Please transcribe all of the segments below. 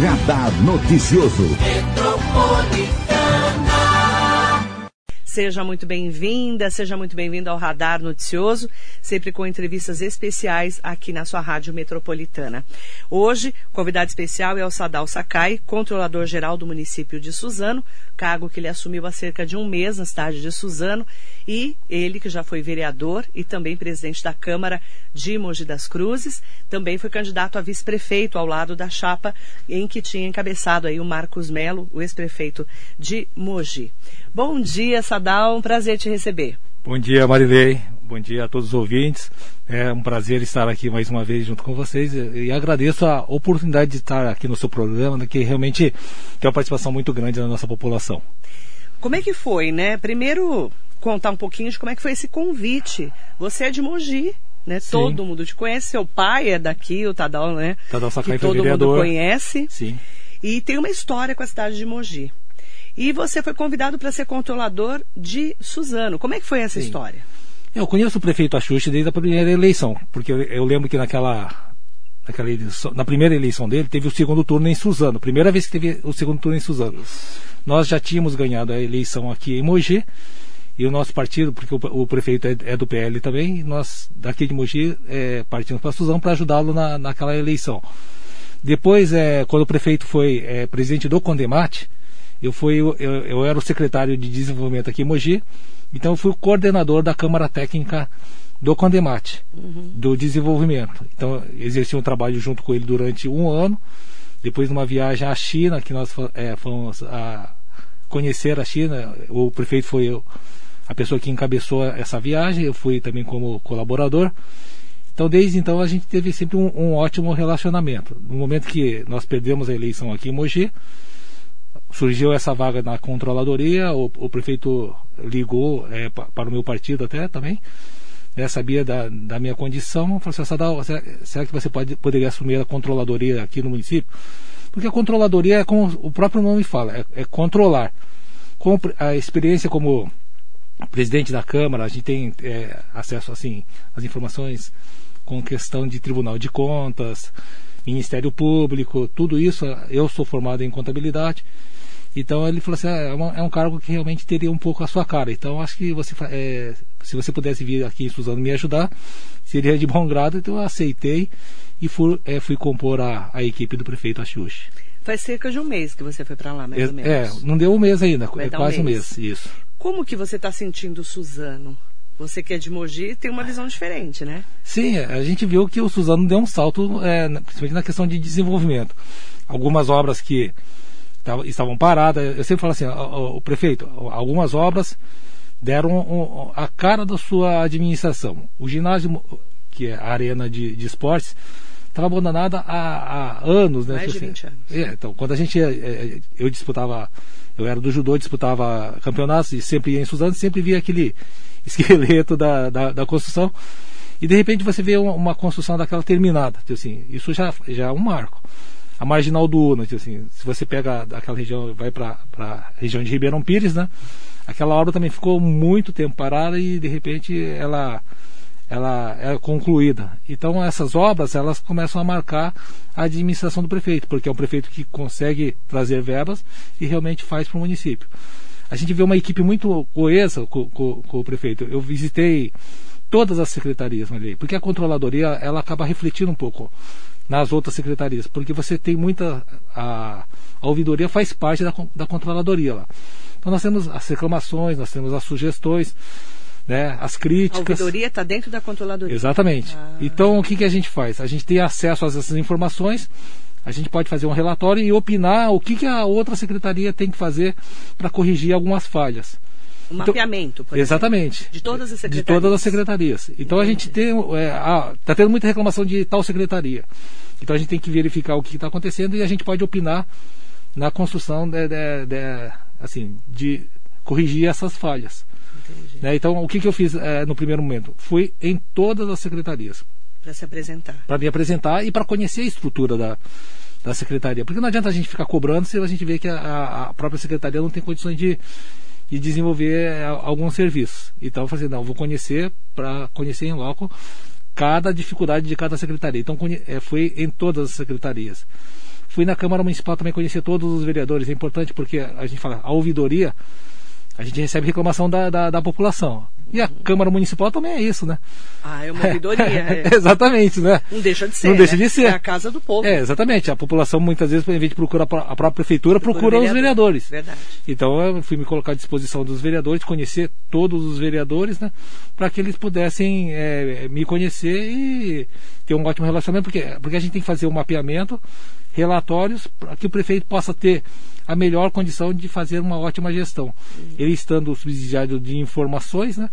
Radar Noticioso. Seja muito bem-vinda, seja muito bem-vindo ao Radar Noticioso, sempre com entrevistas especiais aqui na sua Rádio Metropolitana. Hoje, convidado especial é o Sadal Sakai, controlador-geral do município de Suzano, cargo que ele assumiu há cerca de um mês na cidade de Suzano, e ele, que já foi vereador e também presidente da Câmara de Mogi das Cruzes, também foi candidato a vice-prefeito ao lado da chapa em que tinha encabeçado aí o Marcos Melo, o ex-prefeito de Mogi. Bom dia, Sadal. Sadal, um prazer te receber. Bom dia, Marilei. Bom dia a todos os ouvintes. É um prazer estar aqui mais uma vez junto com vocês e agradeço a oportunidade de estar aqui no seu programa, né, que realmente tem uma participação muito grande na nossa população. Como é que foi, né? Primeiro, contar um pouquinho de como é que foi esse convite. Você é de Mogi, né? Sim. Todo mundo te conhece, seu pai é daqui, o Tadal, né? Tadal Sakai que todo vereador. mundo conhece. Sim. E tem uma história com a cidade de Mogi. E você foi convidado para ser controlador de Suzano. Como é que foi essa Sim. história? Eu conheço o prefeito Axuxa desde a primeira eleição, porque eu, eu lembro que naquela, naquela eleição, na primeira eleição dele teve o segundo turno em Suzano, primeira vez que teve o segundo turno em Suzano. Isso. Nós já tínhamos ganhado a eleição aqui em Mogi e o nosso partido, porque o, o prefeito é, é, do PL também, nós daqui de Mogi é, partimos para Suzano para ajudá-lo na, naquela eleição. Depois, é, quando o prefeito foi é, presidente do Condemate, eu fui eu, eu, era o secretário de desenvolvimento aqui em Mogi, então eu fui o coordenador da Câmara Técnica do Condemate, uhum. do desenvolvimento. Então exerci um trabalho junto com ele durante um ano, depois numa viagem à China, que nós é, fomos a conhecer a China, o prefeito foi eu, a pessoa que encabeçou essa viagem, eu fui também como colaborador. Então, desde então, a gente teve sempre um, um ótimo relacionamento. No momento que nós perdemos a eleição aqui em Mogi, surgiu essa vaga na controladoria, o, o prefeito ligou é, para o meu partido até também, né, sabia da, da, minha condição, falou assim, Sadal, será, será, que você pode, poderia assumir a controladoria aqui no município? Porque a controladoria é como o próprio nome fala, é, é controlar. Com a experiência como presidente da Câmara, a gente tem é, acesso assim às informações com questão de Tribunal de Contas, Ministério Público, tudo isso. Eu sou formado em contabilidade, então ele falou assim: ah, é, uma, é, um cargo que realmente teria um pouco a sua cara. Então acho que você, é, se você pudesse vir aqui em Suzano me ajudar, seria de bom grado. Então eu aceitei e fui, é, fui compor a, a, equipe do prefeito Axuxi. Faz cerca de um mês que você foi para lá, mais ou menos. É, não deu um mês ainda, Vai é quase um mês. um mês. isso. Como que você está sentindo Suzano? Você que é de Mogi tem Ah. uma visão diferente, né? Sim, a gente viu que o Suzano deu um salto, é, principalmente na questão de desenvolvimento. Algumas obras que estavam paradas. Eu sempre falo assim, o, prefeito, algumas obras deram a cara da sua administração. O ginásio, que é a arena de, de esportes, estava abandonada há, há, anos, né? Mais assim, de 20 anos. É, então, quando a gente, eu disputava, eu era do judô, disputava campeonatos e sempre ia em Suzano, sempre via aquele esqueleto da, da, da construção. E de repente você vê uma, uma construção daquela terminada, então, assim, isso já, já é um marco a marginal do Una, assim, se você pega aquela região, vai para a região de Ribeirão Pires, né? Aquela obra também ficou muito tempo parada e de repente ela ela é concluída. Então essas obras elas começam a marcar a administração do prefeito, porque é um prefeito que consegue trazer verbas e realmente faz para o município. A gente vê uma equipe muito coesa com, com, com o prefeito. Eu visitei todas as secretarias, Marilei, porque a controladoria ela acaba refletindo um pouco nas outras secretarias, porque você tem muita a, a ouvidoria faz parte da, da controladoria lá. Então nós temos as reclamações, nós temos as sugestões, né, as críticas. A ouvidoria está dentro da controladoria. Exatamente. Ah. Então o que, que a gente faz? A gente tem acesso a essas informações. A gente pode fazer um relatório e opinar o que, que a outra secretaria tem que fazer para corrigir algumas falhas. Um então, mapeamento, por Exatamente. Exemplo, de todas as secretarias. De todas as secretarias. Então Entendi. a gente tem. Está é, tendo muita reclamação de tal secretaria. Então a gente tem que verificar o que está acontecendo e a gente pode opinar na construção de, de, de assim, de corrigir essas falhas. Né? Então o que, que eu fiz é, no primeiro momento? Fui em todas as secretarias. Para se apresentar. Para me apresentar e para conhecer a estrutura da, da secretaria. Porque não adianta a gente ficar cobrando se a gente vê que a, a própria secretaria não tem condições de e desenvolver é, alguns serviços. Então, eu falei assim, não, vou conhecer, para conhecer em loco, é, cada dificuldade de cada secretaria. Então, foi em todas as secretarias. Fui na Câmara Municipal também conhecer todos os vereadores. É importante porque a gente fala, a ouvidoria, a gente recebe reclamação da, da, da população. E a Câmara Municipal também é isso, né? Ah, é uma ouvidoria. é. exatamente, né? Não deixa de ser. Não deixa né? de ser. É a casa do povo. É, exatamente. A população muitas vezes, em vez de procurar a pró- a própria prefeitura, procura, o os vereador. vereadores. Verdade. Então eu fui me colocar à disposição dos vereadores, conhecer todos os vereadores, né? Para que eles pudessem eh, me conhecer e ter um ótimo relacionamento, porque, porque a gente tem que fazer um mapeamento, relatórios, para que o prefeito possa ter a melhor condição de fazer uma ótima gestão. Ele estando subsidiado de informações, né?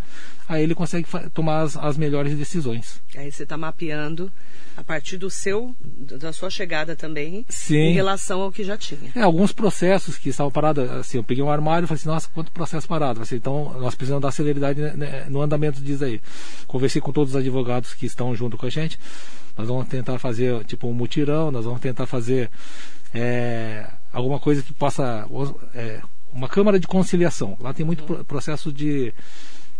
Aí ele consegue fa- tomar as- as melhores decisões. Aí você está mapeando a partir do seu, da sua chegada também, Sim. em relação ao que já tinha. É, alguns processos que estavam parados, assim, eu peguei um armário e falei assim, nossa, quanto processo parado. Falei assim, então, nós precisamos dar celeridade né, né, no andamento disso aí. Conversei com todos os advogados que estão junto com a gente. Nós vamos tentar fazer, tipo, um mutirão, nós vamos tentar fazer é, alguma coisa que possa... é, uma Câmara de Conciliação. Lá tem muito Uhum. pro- processo de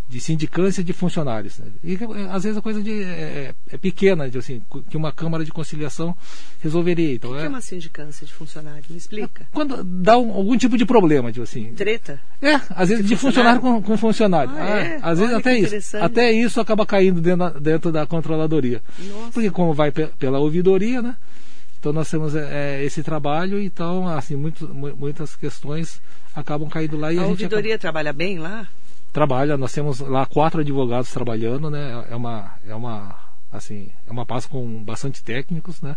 de sindicância de funcionários. né? E eh, às vezes a coisa de, é, é pequena, de, assim, que uma Câmara de Conciliação resolveria. Então, O que é- é uma sindicância de funcionário? Me explica. quando dá um- algum tipo de problema, tipo assim. Treta? É, às vezes de funcionário com, com funcionário. Tipo Ah, é? Às vezes Olha até que isso. interessante. Até isso acaba caindo dentro da, dentro da controladoria. Nossa. Porque como vai pe- pela ouvidoria, né? Então nós temos é, é, esse trabalho, então assim, muito, mu- muitas questões acabam caindo lá e a, a gente acaba- ouvidoria trabalha bem lá? trabalha, nós temos lá quatro advogados trabalhando, né? É uma é uma assim, é uma pasta com bastante técnicos, né?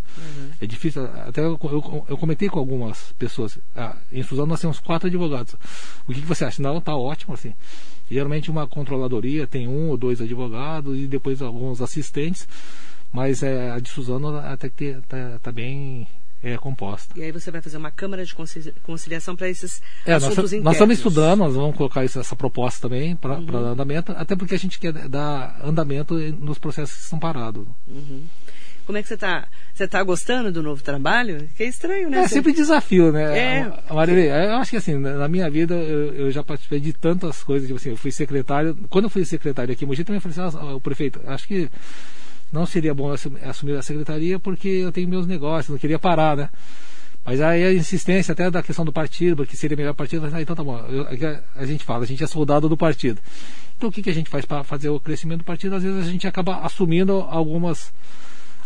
É difícil, até eu, eu, eu comentei com algumas pessoas, ah, em Suzano nós temos quatro advogados. O que, que você acha? Não, tá ótimo assim. Geralmente uma controladoria tem um ou dois advogados e depois alguns assistentes, mas é, a de Suzano até que te- tá, tá bem é, composta. E aí você vai fazer uma câmara de conci- conciliação para esses É, nós, assuntos nós internos. Uhum. estamos estudando, nós vamos colocar isso- essa proposta também para andamento, até porque a gente quer dar andamento nos processos que estão parados. Como é que você está? Você está gostando do novo trabalho? Que é estranho, né? É Você- sempre desafio, né? É. A Marília, eu acho que assim, na na minha vida eu, eu já participei de tantas coisas, tipo assim, eu fui secretário, quando eu fui secretário aqui em Mogi também eu falei assim, "Ah, o prefeito, acho que não seria bom eu assum- assumir a secretaria porque eu tenho meus negócios, não queria parar, né? Mas aí a insistência até da questão do partido, porque seria melhor partido, mas, ah, então tá bom, eu- é que a, a gente fala, a gente é soldado do partido. Então o que, que a gente faz para fazer o crescimento do partido? Às vezes a gente acaba assumindo algumas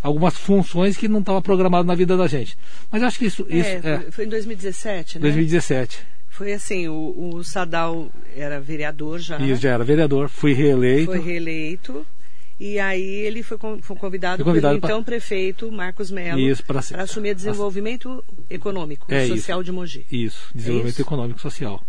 algumas funções que não estavam programadas na vida da gente. Mas eu acho que isso, isso É, é, foi- Foi em 2017, né? 2017. Foi assim, o, o Sadal era vereador já. né? E eu já era vereador, fui reeleito. Foi reeleito. E aí ele foi, con- foi convidado, Foi convidado pelo pra- então prefeito Marcos Melo Isso, pra se- para assumir desenvolvimento econômico É e social de Mogi. Isso, desenvolvimento isso? econômico e social.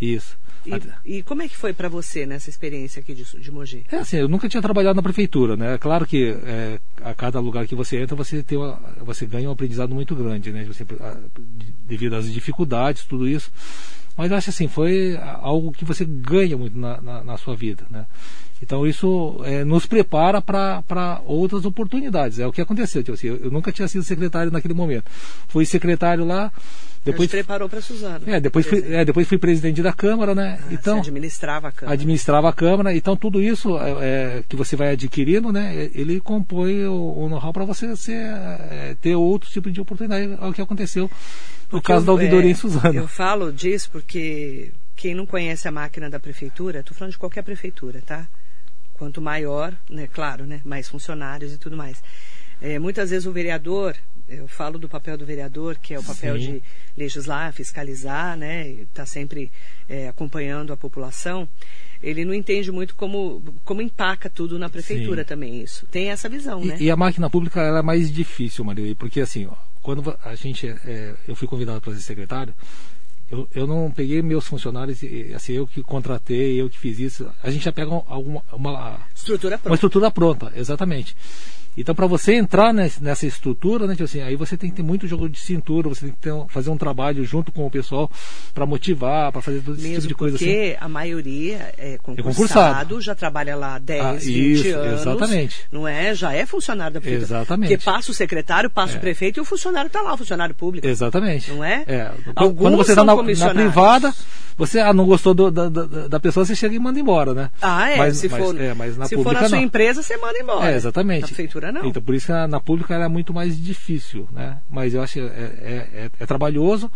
Isso. Até- E, e como é que foi para você nessa experiência aqui de, Su- de Mogi? É assim, eu nunca tinha trabalhado na prefeitura, né? Claro que é, a cada lugar que você entra, você, tem uma- você ganha um aprendizado muito grande, né? Você, a- devido às dificuldades, tudo isso. Mas eu acho assim, foi a- algo que você ganha muito na, na, na sua vida, né? Então isso é, nos prepara para outras oportunidades. É o que aconteceu. Tipo assim, eu, eu nunca tinha sido secretário naquele momento. Fui secretário lá, Depois depois, preparou para Suzana. é, depois, por fui, exemplo. é, depois fui presidente da Câmara, né? Ah, então, você administrava a Câmara. administrava a Câmara, então tudo isso é, é, que você vai adquirindo, né, ele compõe o, o know-how para você ser, é, ter outro tipo de oportunidade, é o que aconteceu no Porque caso eu- da ouvidoria é, em Suzano. Eu falo disso porque quem não conhece a máquina da prefeitura, estou falando de qualquer prefeitura, tá? Quanto maior, né, claro, né, mais funcionários e tudo mais. É, muitas vezes o vereador, eu falo do papel do vereador, que é o papel Sim. de legislar, fiscalizar, né, está sempre é, acompanhando a população. Ele não entende muito como, como empaca tudo na prefeitura Sim. também isso. Tem essa visão, E- né? E, a máquina pública ela é mais difícil, Marilei, porque assim, ó, quando a gente, é, eu fui convidado para ser secretário, eu, eu não peguei meus funcionários, e, assim, eu que contratei, eu que fiz isso. A gente já pega um- alguma, uma, Estrutura Uma própria. estrutura pronta, exatamente. Então, para você entrar nes- nessa estrutura, né, tipo assim, aí você tem que ter muito jogo de cintura, você tem que ter um- fazer um trabalho junto com o pessoal para motivar, para fazer todo esse Mesmo tipo de coisa assim. porque a maioria é concursado, concursado. já trabalha lá há 10, Ah, 20 isso, anos. exatamente. Não é? Já é funcionário da prefeitura. Exatamente. Porque passa o secretário, passa É. o prefeito e o funcionário está lá, o funcionário público. Exatamente. Não é? Qu- Alguns Quando você está são na, na comissionados. privada, você ah, não gostou do- da, da, da pessoa, você chega e manda embora, né? Ah, é. Mas, se mas- for, é, mas na se for pública na sua não. empresa, você manda embora. É, exatamente. Na prefeitura prefeitura não. Então, por isso que na, na pública era muito mais difícil, né? Mas eu acho que é, é, é- é trabalhoso,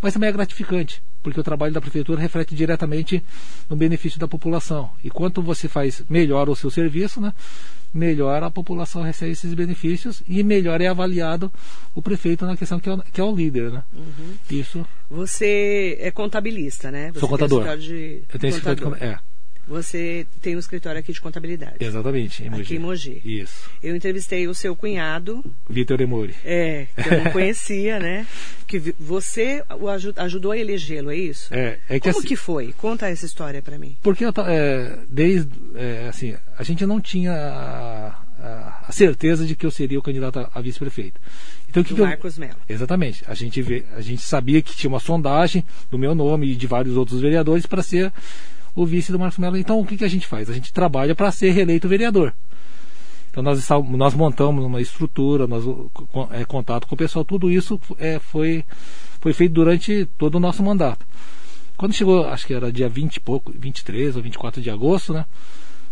mas também é gratificante, porque o trabalho da prefeitura reflete diretamente no benefício da população. E quanto você faz melhor o seu serviço, né? Melhor a população recebe esses benefícios e melhor é avaliado o prefeito na questão que é o, que é o líder, né? Isso. Você é contabilista, né? Uhum. Você Sou tem contador. escritório de Eu tenho contador. escritório de- É, Você tem um escritório aqui de contabilidade. exatamente. Aqui em Mogi. Isso. Eu entrevistei o seu cunhado, Vitor Emori. é, que eu não conhecia, né? Que vi- você o aju- ajudou a elegê-lo, é isso? É, é que Como assim- que foi? Conta essa história pra mim. Porque eu ta- é, desde é, assim, a gente não tinha a, a- a certeza de que eu seria o candidato a, a vice-prefeito. Então o que, Do que eu- Marcos Mello. Exatamente. A gente vê, a gente sabia que tinha uma sondagem do meu nome e de vários outros vereadores para ser o vice do Marcos Mello. Então o que, que a gente faz? A gente trabalha para ser reeleito vereador. Então nós, estávamos- nós montamos uma estrutura, nós o, con- é, contato com o pessoal, tudo isso é, foi foi feito durante todo o nosso mandato. Quando chegou, acho que era dia 20 e pouco, 23 ou 24 de agosto, né?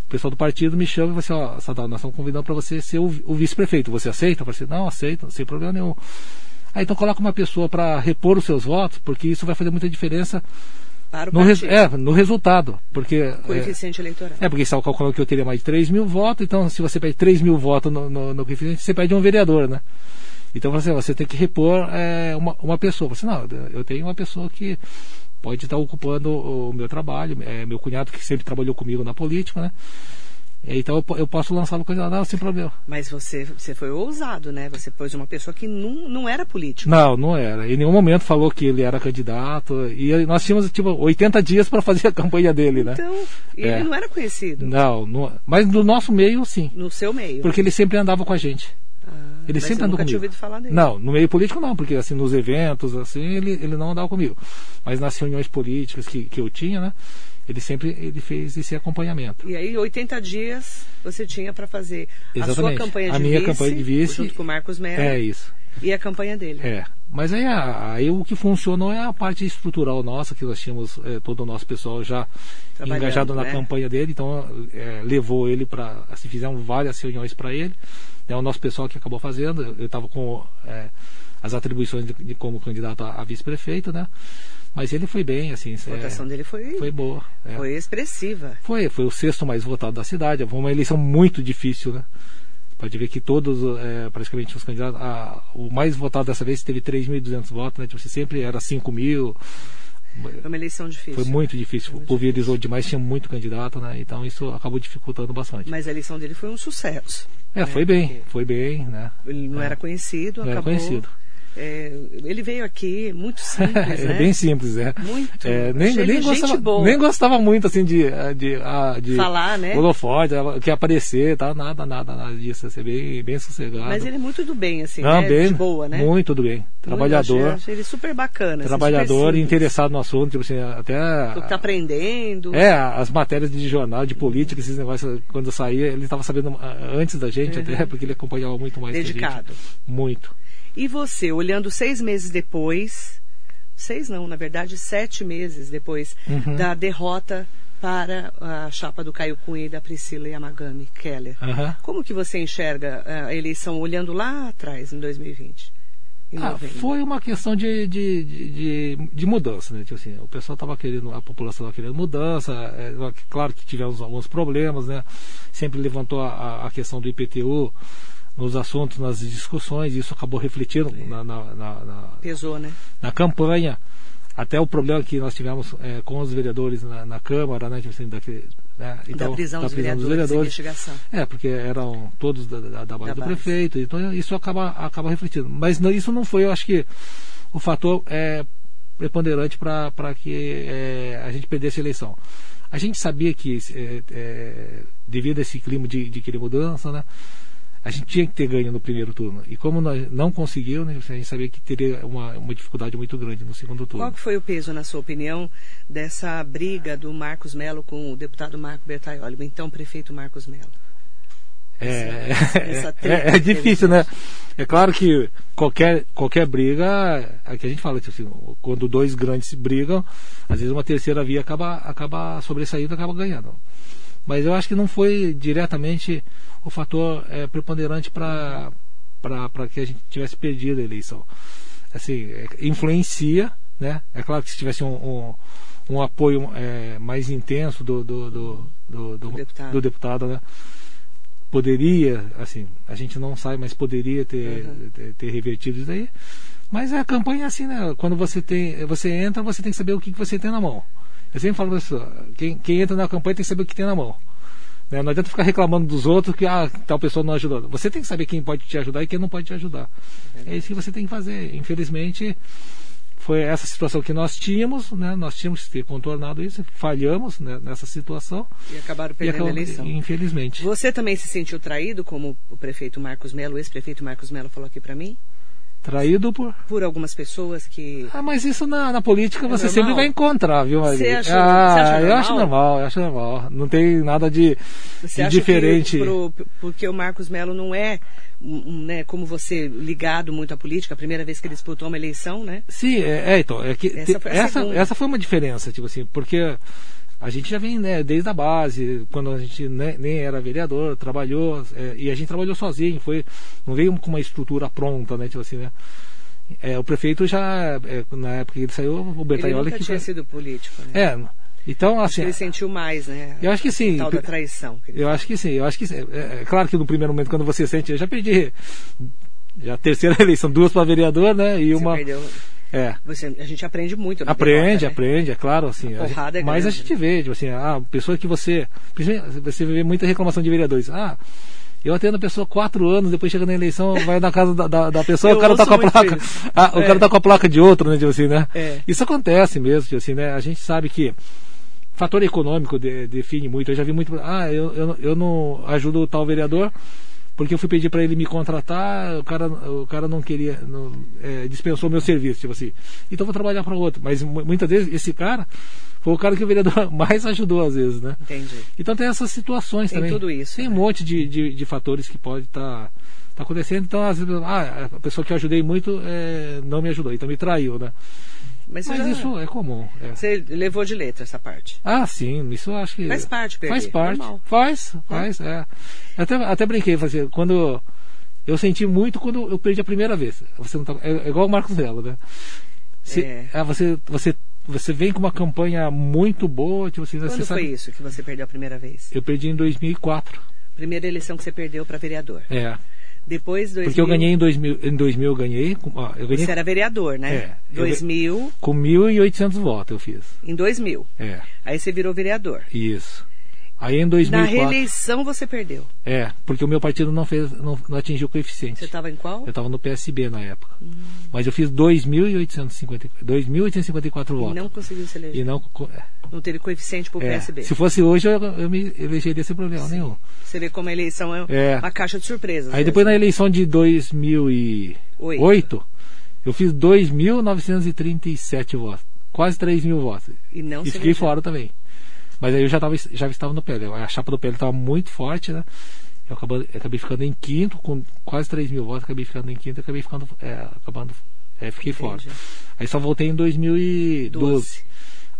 O pessoal do partido me chama e fala assim, ó, Sadal, nós estamos convidando para você ser o, vi- o vice-prefeito. Você aceita? Eu falei assim, não, aceito, sem problema nenhum. Aí então coloca uma pessoa para repor os seus votos, porque isso vai fazer muita diferença Para o no, res- partido. é, no resultado. Porque, é, Coeficiente eleitoral. é, porque estava calculando que eu teria mais de 3 mil votos, então se você perde 3 mil votos no, no, no coeficiente, você perde um vereador, né? Então você, você tem que repor é, uma, uma pessoa. Você, não, eu tenho uma pessoa que pode estar ocupando o meu trabalho, é, meu cunhado que sempre trabalhou comigo na política, né? É, Então eu, po- eu posso lançá-lo candidato, não, sem problema. Mas você, você foi ousado, né? Você pôs uma pessoa que não, não era político. Não, não era. Em nenhum momento falou que ele era candidato. E ele- nós tínhamos tipo 80 dias para fazer a campanha dele, né? Então, ele É. não era conhecido. Não, não, mas do nosso meio sim, No seu meio. porque ele sempre andava com a gente. Ah, Ele mas sempre eu andou nunca tinha comigo. ouvido falar dele. Não, no meio político não, porque assim, nos eventos, assim, ele, ele não andava comigo. Mas nas reuniões políticas que, que eu tinha, né? Ele sempre ele fez esse acompanhamento. E aí, 80 dias você tinha para fazer a sua Exatamente. campanha de A minha vice, campanha de vice. junto com o Marcos Mello, É isso. e a campanha dele. É. Mas aí, a- aí o que funcionou é a parte estrutural nossa, que nós tínhamos eh, todo o nosso pessoal já Trabalhando, engajado na né? campanha dele, então eh, levou ele para. Assim, fizemos várias reuniões para ele. É o nosso pessoal que acabou fazendo. Eu estava com eh, as atribuições de, de como candidato a, a vice-prefeito, né? Mas ele foi bem, assim. A eh, votação dele foi, Foi foi, boa. é. expressiva. Foi, foi o sexto mais votado da cidade. Foi uma eleição muito difícil, né? Pode ver que todos, eh, praticamente, os candidatos. a- o mais votado dessa vez teve 3.200 votos, né? Tipo, você sempre era 5 mil. Foi uma eleição difícil. Foi muito difícil. Pulverizou demais, tinha muito candidato, né? Então isso acabou dificultando bastante. Mas a eleição dele foi um sucesso. é, foi bem, foi bem, né? Ele não era conhecido, Não era acabou. conhecido. É, ele veio aqui muito simples, É né? bem simples, é. Muito. É, nem, Achei ele nem, gente gostava, boa. nem gostava muito assim de, ah, de, ah, de Falar, né? holofote, ah, que aparecer, tá? Nada, nada, nada disso. Assim, bem, bem sossegado. Mas ele é muito do bem, assim, Não, né? bem, De boa, né? Muito tudo bem. Muito, Trabalhador, achei- achei ele super bacana. assim, trabalhador, super simples. interessado no assunto, tipo assim, até. O que tá aprendendo. É, as matérias de jornal, de política, esses negócios, quando eu saía, ele estava sabendo ah, antes da gente, até porque ele acompanhava muito mais que Uhum. Dedicado. a gente. Muito. E você, olhando seis meses depois, seis não, na verdade, sete meses depois da derrota para a chapa do Caio Cunha e da Priscila Yamagami Keller. Aham. Como que você enxerga eh, a eleição olhando lá atrás, em 2020? Em Ah, novembro? foi uma questão de, de, de, de- de mudança, né? Tipo assim, o pessoal estava querendo, a população estava querendo mudança, é, claro que tivemos alguns problemas, né? Sempre levantou a, a- a questão do IPTU nos assuntos, nas discussões, isso acabou refletindo na- na- na- na, Pesou, né? na campanha, até o problema que nós tivemos eh, com os vereadores na, na Câmara, né, tipo assim, daquele, né, então, da prisão, dos, vereadores, investigação. É, porque eram todos da, da- da base Da do base. prefeito, então isso acaba, acaba refletindo. Mas não- isso não foi, eu acho que, o fator eh, preponderante para que eh, a gente perdesse a eleição. A gente sabia que, eh, eh, devido a esse clima de, de querer mudança, né, a gente tinha que ter ganho no primeiro turno. E como nós não conseguiu, né, a gente sabia que teria uma, uma dificuldade muito grande no segundo Qual turno. que foi o peso, na sua opinião, dessa briga do Marcos Melo com o deputado Marco Bertaioli, o então prefeito Marcos Melo? É, essa é, treta é que teve difícil, né? É claro que qualquer, qualquer briga, aqui a gente fala, tipo assim, quando dois grandes se brigam, às vezes uma terceira via acaba, acaba sobressaindo acaba ganhando. Mas eu acho que não foi diretamente o fator é, preponderante para que a gente tivesse perdido a eleição. Assim, é, influencia, né? É claro que se tivesse um, um, um apoio é, mais intenso do, do, do, do, do deputado. deputado, né? Poderia, assim, a gente não sabe, mas poderia ter, uhum. ter, ter revertido isso aí. Mas a campanha é assim, né? Quando você tem, você entra, você tem que saber o que, que você tem na mão. Eu sempre falo isso, quem, quem entra na campanha tem que saber o que tem na mão. Né? Não adianta ficar reclamando dos outros que ah, tal pessoa não ajudou. Você tem que saber quem pode te ajudar e quem não pode te ajudar. É isso que você tem que fazer. Infelizmente, foi essa situação que nós tínhamos, né? Nós tínhamos que ter contornado isso, falhamos né, nessa situação. E acabaram perdendo e acabou, a eleição. Infelizmente. Você também se sentiu traído, como o prefeito Marcos Melo, o ex-prefeito Marcos Melo falou aqui para mim? Traído por? Por algumas pessoas que. Ah, mas isso na, na política é você normal? sempre vai encontrar, viu, Maria? Você acha, ah, você acha eu acho normal, eu acho normal. Não tem nada de, você de diferente. Pro, porque o Marcos Melo não é, né, como você, ligado muito à política, a primeira vez que ele disputou uma eleição, né? Sim, é, é então. É que, essa, foi essa, essa foi uma diferença, tipo assim, porque a gente já vem né, desde a base, quando a gente né, nem era vereador, trabalhou, é, e a gente trabalhou sozinho, foi, não veio com uma estrutura pronta, né? Tipo assim, né? É, o prefeito já, é, na época que ele saiu, o Bertaioli... Ele nunca que tinha sido político, né? É, então assim... ele sentiu mais, né? Eu acho que sim. Tal da traição. Eu acho que sim, eu acho que sim. É, claro que no primeiro momento, quando você sente, eu já perdi já a terceira eleição, duas para vereador, né? você E uma... Perdeu... É. Você, a gente aprende muito. Aprende, derrota, né? aprende, é claro. Assim, a porrada a é mas grande, a gente vê, tipo assim, a pessoa que você. Você vê muita reclamação de vereadores. Ah, eu atendo a pessoa quatro anos, depois chega na eleição, vai na casa da, da, da pessoa, Eu o cara tá com a ouço muito placa. Ah, o É. cara tá com a placa de outro, né? Tipo assim, né? É. Isso acontece mesmo, tipo assim, né? A gente sabe que fator econômico de- define muito. Eu já vi muito. Ah, eu, eu, não- eu não ajudo o tal vereador. Porque eu fui pedir para ele me contratar, o cara, o cara não queria, não, é, dispensou meu serviço, tipo assim. Então eu vou trabalhar para outro. Mas mu- muitas vezes esse cara foi o cara que o vereador mais ajudou, às vezes, né? Entendi. Então tem essas situações Tem também. tudo isso, Tem um né? monte de, de, de fatores que pode estar acontecendo. Então, às vezes, ah, a pessoa que eu ajudei muito eh, não me ajudou, então me traiu, né? Mas, você Mas já- isso é comum. é. Você levou de letra essa parte. Ah, sim, isso eu acho que. Faz parte, Pedro. Faz parte. Normal. Faz, faz, é. Até, até brinquei, fazer quando. Eu senti muito quando eu perdi a primeira vez. Você não tá, é, é igual o Marcos Melo, né? Se- É. ah, você, você, você vem com uma campanha muito boa, tipo assim, Quando você foi sabe. isso que você perdeu a primeira vez? Eu perdi em 2004. Primeira eleição que você perdeu para vereador. É. Depois, 2000... Porque eu ganhei em 2000, em 2000 eu ganhei, com- ó, eu ganhei Você era vereador, né? É, eu- 2000, com 1.800 votos eu fiz. em 2000. É, Aí você virou vereador. isso. Aí em Na 2004, reeleição você perdeu. é, porque o meu partido não fez, não, não atingiu o Você coeficiente. estava em qual? Eu estava no PSB na época. Mas eu fiz 2.850 2.854 E votos. não conseguiu se eleger. E não co- Não teve coeficiente pro é, PSB. se fosse hoje eu, eu me elegeria sem problema nenhum. Você vê como a eleição é, É. uma caixa de surpresas. né? Aí mesmo. depois na eleição de 2008, Oito. eu fiz 2.937 votos, quase 3 mil votos. E não e se fiquei elegeu. fora também. Mas aí eu já, tava, já estava no PL. A chapa do PL estava muito forte, né? Eu acabei, eu acabei ficando em quinto, com quase 3 mil votos, acabei ficando em quinto, acabei ficando. É, acabando, é, fiquei fora. Entendi. Aí só voltei em 2012. Doze.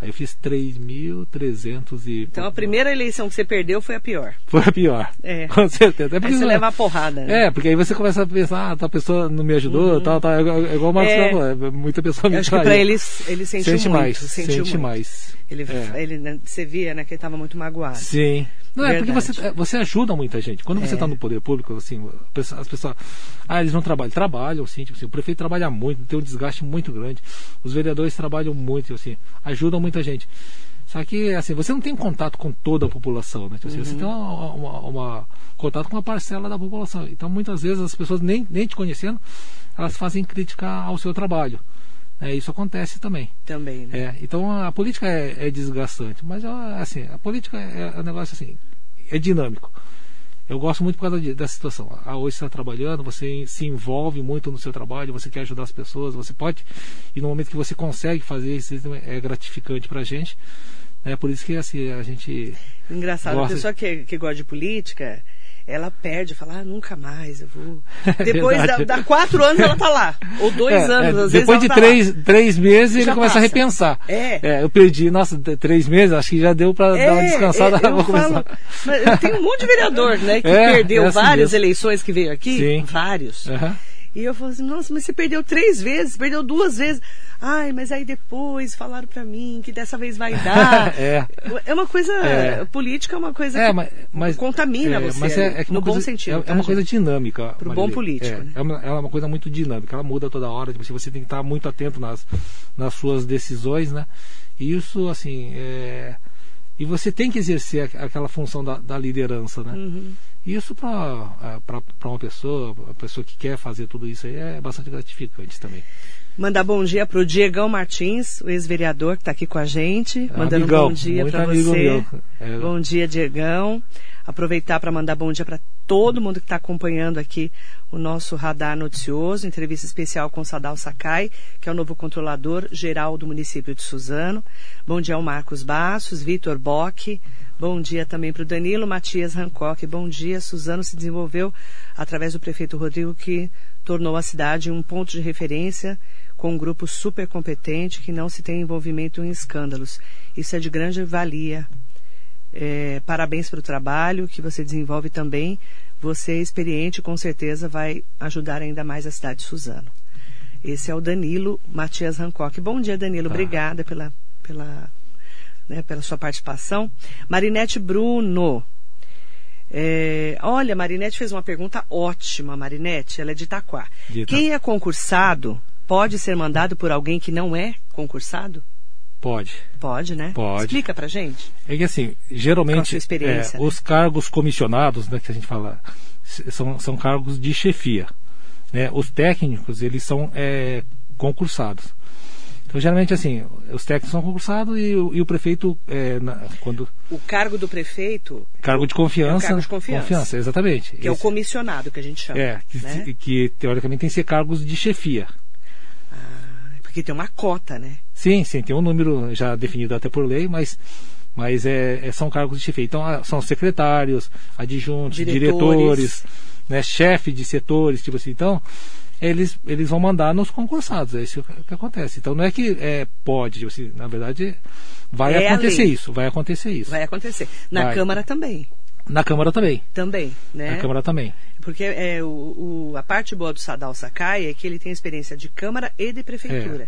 Aí eu fiz 3.300 e. Então a primeira eleição que você perdeu foi a pior. Foi a pior. É. Com certeza. É Aí porque- você leva a porrada. Né? Uhum. é, porque aí você começa a pensar, ah, tal pessoa não me ajudou, tal, tal. É igual- é igual o Marcos É. falou, muita pessoa me Eu acho que traiu. pra ele, ele sentiu sente muito. mais, sentiu sente muito. mais. Ele, É. ele, né, você via né, que ele tava muito magoado. Sim. Não, é porque Verdade. você, é, você ajuda muita gente. Quando você É. está no poder público, assim, a pessoa- as pessoas. Ah, eles não trabalham. Trabalham, sim. Tipo assim, o prefeito trabalha muito, tem um desgaste muito grande. Os vereadores trabalham muito, tipo assim, ajudam muita gente. Só que, assim, você não tem contato com toda a população, né? Tipo assim, Uhum. Você tem uma, uma- uma- contato com uma parcela da população. Então, muitas vezes, as pessoas, nem, nem te conhecendo, elas fazem crítica ao seu trabalho. É, isso acontece também. Também, né? É, então a política é, é desgastante, mas ó, assim, a política é, é um negócio assim, é dinâmico. Eu gosto muito por causa de- dessa situação. Ah, hoje você está trabalhando, você se envolve muito no seu trabalho, você quer ajudar as pessoas, você pode, e no momento que você consegue fazer isso, isso é gratificante pra gente. É por isso que assim, a gente. Engraçado, a Gosta pessoa que, que gosta de política, Ela perde, fala, ah, nunca mais eu vou. Depois da, da quatro anos ela tá lá. Ou dois É, anos, é, às vezes. depois ela de tá três, três meses ele Já começa a passa. repensar. É. eu perdi, nossa, t- três meses, acho que já deu para lá. dar uma descansada. é, eu vou começar. falo, mas eu tenho um monte de vereador, né? Que É, perdeu é assim várias mesmo. eleições que veio aqui. Sim. Vários. Aham. E eu falo assim, nossa, mas você perdeu três vezes, perdeu duas vezes. Ai, mas aí depois falaram pra mim que dessa vez vai dar. É. É uma coisa. É. Política é uma coisa que ma- contamina é, você. mas é- é que no uma bom coisa- sentido. É, tá, é uma gente? coisa dinâmica. Pro bom Marilei. político, É, né? é uma, ela é uma coisa muito dinâmica, ela muda toda hora. Tipo, assim, você tem que estar muito atento nas, nas suas decisões, né? E isso, assim. é, E você tem que exercer aqu- aquela função da, da liderança, né? Uhum. Isso para uma pessoa, a pessoa que quer fazer tudo isso aí, é bastante gratificante também. Mandar bom dia pro Diegão Martins, o ex-vereador que está aqui com a gente. É, Mandando amigão, bom dia muito para amigo você. meu. É. Bom dia, Diegão. Aproveitar para mandar bom dia para todo mundo que está acompanhando aqui o nosso radar noticioso, entrevista especial com Sadal Sakai, que é o novo controlador geral do município de Suzano. Bom dia ao Marcos Bastos, Vitor Bock. Bom dia também para o Danilo Matias Hancock. Bom dia, Suzano se desenvolveu através do prefeito Rodrigo, que tornou a cidade um ponto de referência com um grupo super competente que não se tem envolvimento em escândalos. Isso é de grande valia. É, parabéns pelo trabalho que você desenvolve também. Você é experiente, com certeza vai ajudar ainda mais a cidade de Suzano. Esse é o Danilo Matias Hancock. Bom dia, Danilo. Obrigada pela, pela, né, pela sua participação. Marinete Bruno. É, olha, a Marinete fez uma pergunta ótima, Marinete. Ela é de Itaquá. De Ita- Quem é concursado pode ser mandado por alguém que não é concursado? Pode. Pode, né? Pode. Explica pra gente. É que assim, Com a sua geralmente experiência, é, né? os cargos comissionados, né, que a gente fala, s- são, são cargos de chefia. né? Os técnicos, eles são é, concursados. Então, geralmente assim, os técnicos são concursados e, o- e o prefeito, é, na- quando O cargo do prefeito cargo de confiança, É o cargo de confiança. exatamente. Que é o Esse- comissionado que a gente chama. é, que, né? que teoricamente tem que ser cargos de chefia. Porque tem uma cota, né? Sim, sim, tem um número já definido até por lei, mas, mas é, é- são cargos de chefia. Então, ah, são secretários, adjuntos, Diretores. diretores, né, chefe de setores, tipo assim. Então, eles, eles vão mandar nos concursados, é isso que, que acontece. Então, não é que é, pode, tipo assim, na verdade, vai É a acontecer lei. isso, vai acontecer isso. Vai acontecer. Na Vai. Câmara também. Na Câmara também, Também, né? na Câmara também. Porque é, o, o- a parte boa do Sadal Sakai é que ele tem experiência de Câmara e de Prefeitura.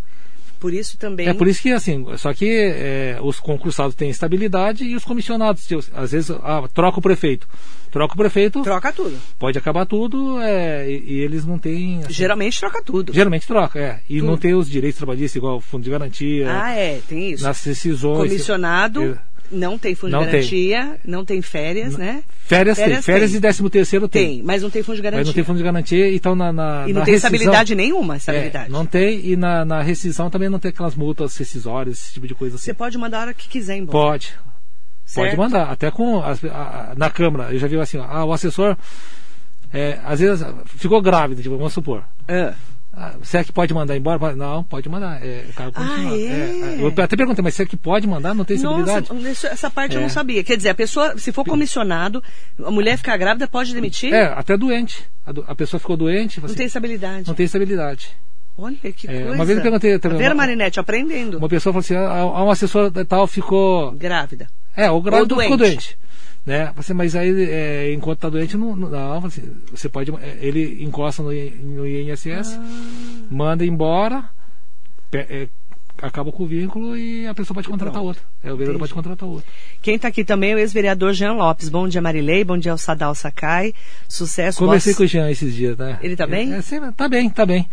Por isso também. É por isso que assim, só que é, os concursados têm estabilidade e os comissionados, tipo, às vezes, ah, troca o prefeito. Troca o prefeito, Troca tudo. pode acabar tudo é, e, e eles não têm. assim, Geralmente troca tudo. geralmente troca, é. E Tudo. não tem os direitos trabalhistas, igual fundo de garantia, Hum. Ah, é, tem isso. nas decisões. Comissionado Eu- não tem fundo Não de tem. garantia, não tem férias, né? Férias, tem, férias e décimo terceiro tem. Tem, mas não tem fundo de garantia. Mas não tem fundo de garantia, então na. na E não na tem rescisão- estabilidade nenhuma, É, estabilidade. não tem, e na, na rescisão também não tem aquelas multas rescisórias, esse tipo de coisa assim. Você pode mandar a hora que quiser embora. Pode. Pode mandar, até com as- a- a- na Câmara. Eu já vi assim, ó, ah, o assessor é, às vezes ficou grávido, tipo, vamos supor. Ah. Ah, será que pode mandar embora? Fala, Não, pode mandar. É, o cara continua. é? eu até perguntei, mas será que pode mandar? Não tem Nossa, estabilidade? isso- essa parte eu É. não sabia. Quer dizer, a pessoa, se for comissionado, a mulher ficar grávida pode demitir? É, até doente. A, do- a pessoa ficou doente, Não você- tem estabilidade. não tem estabilidade. Olha que É, uma coisa. vez eu perguntei Tá também- vendo, Marinete? Aprendendo. Uma pessoa falou assim: ah, ah, um assessor da tal ficou. Grávida. É, o grávido doente. ficou doente. Né? Falei assim, mas aí, é, enquanto está doente, não, não, não, falei assim, você pode. é, Ele encosta no, I- no INSS, Ah. manda embora, pe- é, acaba com o vínculo e a pessoa pode contratar pronto. outra. É, o vereador Entendi. pode contratar outra. Quem está aqui também é o ex-vereador Jean Lopes. Bom dia, Marilei. Bom dia ao Sadal Sakai. Sucesso, Conversei com boa- o Jean esses dias, né? Ele tá bem? É, É, é, sim, tá bem, tá bem.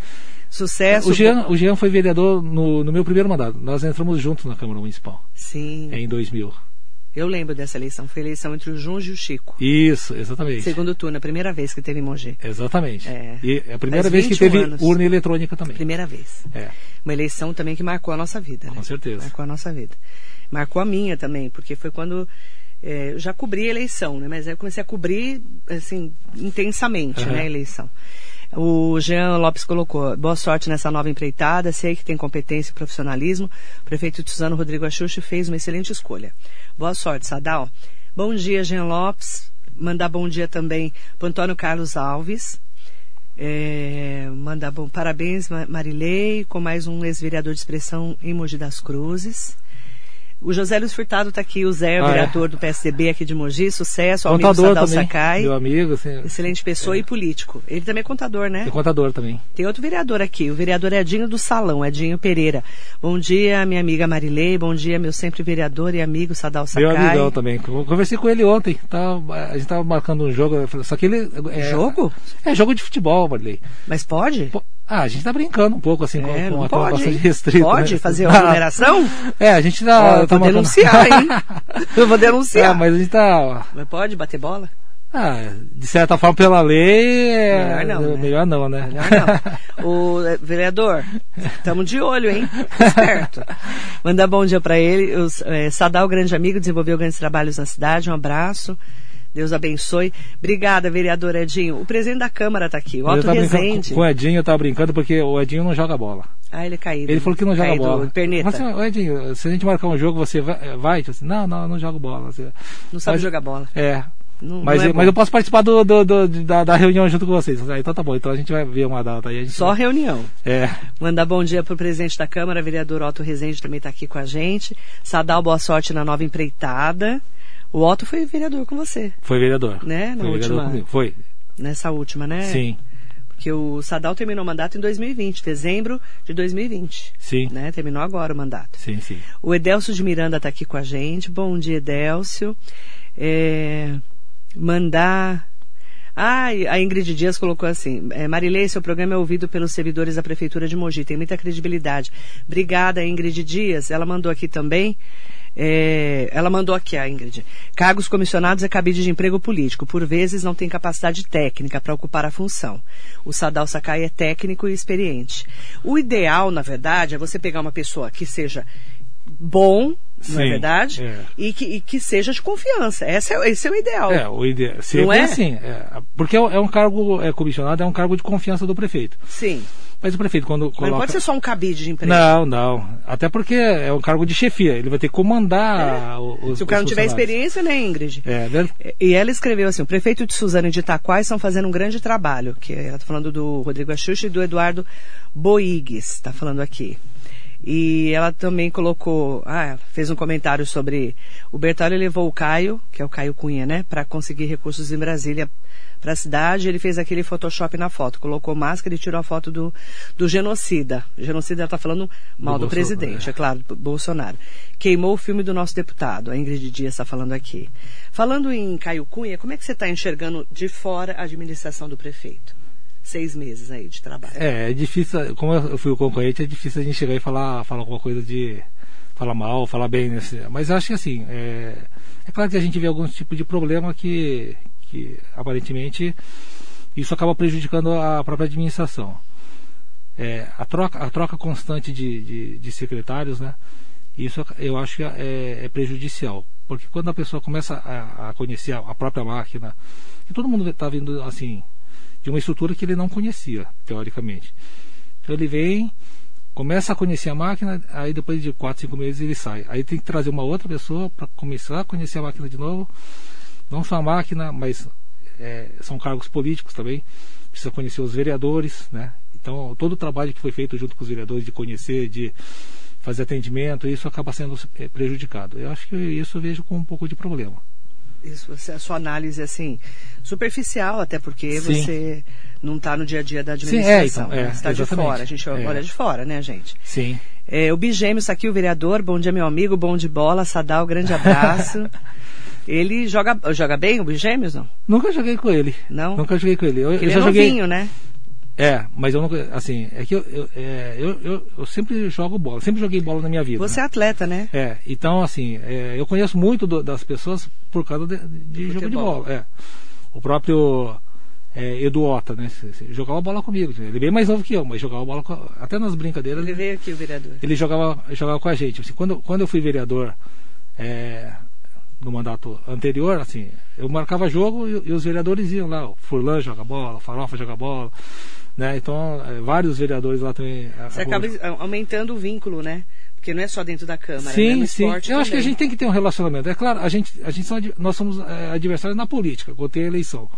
Sucesso. O Jean, o Jean foi vereador no, no meu primeiro mandato. Nós entramos juntos na Câmara Municipal, Sim. em 2000. Eu lembro dessa eleição. Foi a eleição entre o Junge e o Chico. Isso, exatamente. Segundo turno, a primeira vez que teve em Mogi. Exatamente. É. E é a primeira Faz vez que 21 teve anos. urna eletrônica também. Primeira vez. É. Uma eleição também que marcou a nossa vida, né? Com certeza. Marcou a nossa vida. Marcou a minha também, porque foi quando eh, eu já cobri a eleição, né? Mas aí eu comecei a cobrir, assim, intensamente, Aham. né, a eleição. O Jean Lopes colocou, boa sorte nessa nova empreitada, sei que tem competência e profissionalismo. O prefeito de Suzano Rodrigo Axuxi fez uma excelente escolha. Boa sorte, Sadal. Bom dia, Jean Lopes. Mandar bom dia também para Antônio Carlos Alves. É, mandar bom parabéns, Ma- Marilei, com mais um ex-vereador de expressão em Mogi das Cruzes. O José Luiz Furtado está aqui, o Zé, Ah, é. vereador do PSDB aqui de Mogi, sucesso, ao amigo contador Sadal também. Sakai, Meu amigo, assim, excelente pessoa e político. Ele também é contador, né? é contador também. Tem outro vereador aqui, o vereador Edinho do Salão, Edinho Pereira. Bom dia, minha amiga Marilei, bom dia, meu sempre vereador e amigo Sadal Sakai. Meu amigão tá- também. Eu Conversei com ele ontem. Tava- a gente tava marcando um jogo. eu falei, Só que ele. é- Jogo? É jogo de futebol, Marley. Mas pode? Pô, Ah, a gente tá brincando um pouco assim com, É, com não a pode, bastante hein? restrita. Pode né? fazer aglomeração? É, a gente Ó, tá. eu tá vou marcando- denunciar, hein? Eu vou denunciar. É, mas a gente tá. Mas pode bater bola? ah, de certa forma, pela lei. é- Melhor não, né? Melhor não, né? Melhor não. O eh, vereador, estamos de olho, hein? Fica Esperto. Mandar bom dia para ele. O, eh, Sadal, grande amigo, desenvolveu grandes trabalhos na cidade. Um abraço. Deus abençoe. Obrigada, vereador Edinho. O presidente da Câmara está aqui, o Eu Otto tava tá brincando Rezende. com- Com o Edinho, eu tava brincando porque o Edinho não joga bola. Ah, ele é caído. Ele falou que não joga Caído, bola. Perneta. Eu falei assim, "Ô, Edinho, se a gente marcar um jogo, você vai? vai?" Tipo assim, não, não, eu não jogo bola. Você- Não sabe Mas- jogar bola. É. Não- mas, não é eu- bom. mas eu posso participar do, do- do- de- da, da reunião junto com vocês. Ah, então tá bom, então a gente vai ver uma data aí. a gente- Só reunião. É. Mandar bom dia para o presidente da Câmara, vereador Otto Rezende, também está aqui com a gente. Sadal, boa sorte na nova empreitada. O Otto foi vereador com você, Foi vereador. Né, na Foi vereador última. comigo. Foi. nessa última, né? Sim, Porque o Sadal terminou o mandato em 2020, dezembro de 2020. sim. Né? Terminou agora o mandato. Sim, sim. O Edelcio de Miranda está aqui com a gente. Bom dia, Edelcio. É, mandar. Ah, e a Ingrid Dias colocou assim: é, Marilei, seu programa é ouvido pelos servidores da Prefeitura de Mogi, tem muita credibilidade. Obrigada, Ingrid Dias. Ela mandou aqui também. é, ela mandou aqui, a Ingrid. Cargos comissionados é cabide de emprego político. Por vezes não tem capacidade técnica para ocupar a função. O Sadal Sakai é técnico e experiente. O ideal, na verdade, é você pegar uma pessoa que seja bom, não é Sim, verdade? é. E, que, e que seja de confiança. Essa é- esse é o ideal. É, o ide... sempre Não é? assim. é, porque é um- é um cargo é, comissionado, é um cargo de confiança do prefeito. Sim. Mas o prefeito, quando Mas coloca. não pode ser só um cabide de emprego. Não, não. Até porque é um cargo de chefia. Ele vai ter que comandar os. É. Se o cara não os tiver funcionários. experiência, né, Ingrid? É, ver- E ela escreveu assim: o prefeito de Suzano e de Itaquá estão fazendo um grande trabalho. Que ela está falando do Rodrigo Axuxa e do Eduardo Boigues, está falando aqui. E ela também colocou, ah, ela fez um comentário sobre o Bertalho levou o Caio, que é o Caio Cunha, né, para conseguir recursos em Brasília para a cidade. Ele fez aquele Photoshop na foto, colocou máscara e tirou a foto do, do genocida. Genocida, ela está falando mal do, Bolsonaro, presidente, é claro, do Bolsonaro. Queimou o filme do nosso deputado, a Ingrid Dias está falando aqui. Falando em Caio Cunha, como é que você está enxergando de fora a administração do prefeito? Seis meses aí de trabalho. É, é difícil, como eu fui o concorrente, é difícil a gente chegar e falar, falar alguma coisa de. falar mal, falar bem. né, assim. Mas eu acho que assim, é, é claro que a gente vê algum tipo de problema que, que aparentemente isso acaba prejudicando a própria administração. É, a, troca, a troca constante de, de, de secretários, né? Isso eu acho que é, é prejudicial. Porque quando a pessoa começa a, a conhecer a, a própria máquina, que todo mundo está vindo assim, de uma estrutura que ele não conhecia, teoricamente. Então ele vem, começa a conhecer a máquina, aí depois de 4, 5 meses ele sai. Aí tem que trazer uma outra pessoa para começar a conhecer a máquina de novo. Não só a máquina, mas é, são cargos políticos também. Precisa conhecer os vereadores, né? Então todo o trabalho que foi feito junto com os vereadores de conhecer, de fazer atendimento, isso acaba sendo é, prejudicado. Eu acho que isso eu vejo com um pouco de problema. Isso, você- a sua análise assim superficial, até porque Sim. você não está no dia a dia da Sim, é, administração, então, é, né? Você está de exatamente. fora, a gente É. olha de fora, né, gente? Sim. É, o Bigêmeos está aqui, o vereador. Bom dia, meu amigo. Bom de bola, Sadal. Grande abraço. Ele joga, joga bem o Bigêmeos, não? Nunca joguei com ele. Não? Nunca joguei com ele. Eu, Porque eu ele só é joguei. novinho, né? É, mas eu nunca. Assim, é que eu, eu, é, eu, eu, eu sempre jogo bola, sempre joguei bola na minha vida. Você é né? atleta, né? É, então assim, é, eu conheço muito do- das pessoas por causa de, de jogo de Futebol. bola. É. O próprio é, Eduota, né? se- se- Jogava bola comigo. Ele é bem mais novo que eu, mas jogava bola com- até nas brincadeiras. Ele veio aqui, o vereador. ele jogava, jogava com a gente. Assim, quando, quando eu fui vereador é, no mandato anterior, assim, eu marcava jogo e, e os vereadores iam lá. O Furlan joga bola, o Farofa joga bola. Né? Então, é, vários vereadores lá também. Você acaba aumentando o vínculo, né? Porque não é só dentro da Câmara, né? Sim, no sim. Eu esporte acho que a também. gente tem que ter um relacionamento. É claro, a gente, a gente são, ad- nós somos é, adversários na política, quando tem a eleição.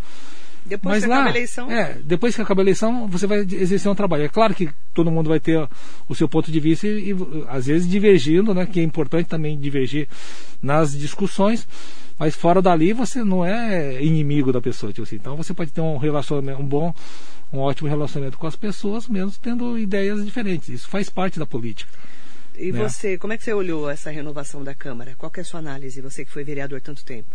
Depois Mas que lá, acaba a eleição, é, depois que acaba a eleição, você vai exercer um trabalho. É claro que todo mundo vai ter ó, o seu ponto de vista e, e, às vezes divergindo, né? Que é importante também divergir nas discussões. Mas fora dali você não é inimigo da pessoa, tipo assim. Então você pode ter um relacionamento, um bom, um ótimo relacionamento com as pessoas, mesmo tendo ideias diferentes. Isso faz parte da política. e né? você, como é que você olhou essa renovação da Câmara? Qual que é a sua análise, você que foi vereador tanto tempo?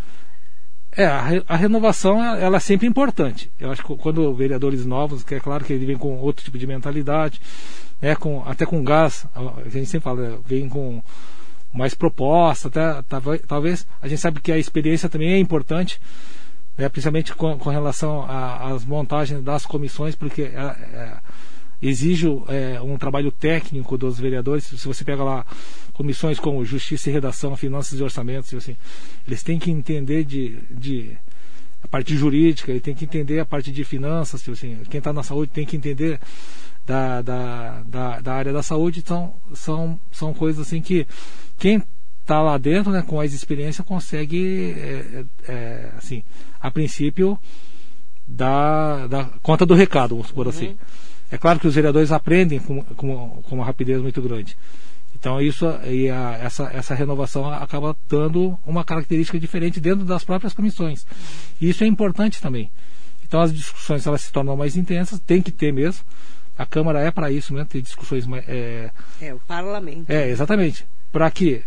É, a, re- a renovação é- ela é sempre importante. Eu acho que quando vereadores novos, que é claro que ele vem com outro tipo de mentalidade, né, com, até com gás, a a gente sempre fala, né, vem com mais proposta, até, talvez- talvez a gente sabe que a experiência também é importante, né, principalmente com, com relação a- às montagens das comissões, porque é, é, exige é, um trabalho técnico dos vereadores. Se você pega lá comissões como Justiça e Redação, Finanças e Orçamentos, assim, eles têm que entender de, de a parte jurídica, ele tem que entender a parte de finanças, tipo assim, quem está na saúde tem que entender da, da, da, da área da saúde, então são, são coisas assim que quem está lá dentro, né, com mais experiência, consegue, é, é, é, assim, a princípio, dar, dar conta do recado, vamos supor assim. É claro que os vereadores aprendem com, com, com uma rapidez muito grande. Então isso e a- essa, essa renovação acaba dando uma característica diferente dentro das próprias comissões. E isso é importante também. Então as discussões elas se tornam mais intensas, tem que ter mesmo. A Câmara é para isso mesmo, ter discussões mais, é, É, o parlamento. é, exatamente. Para que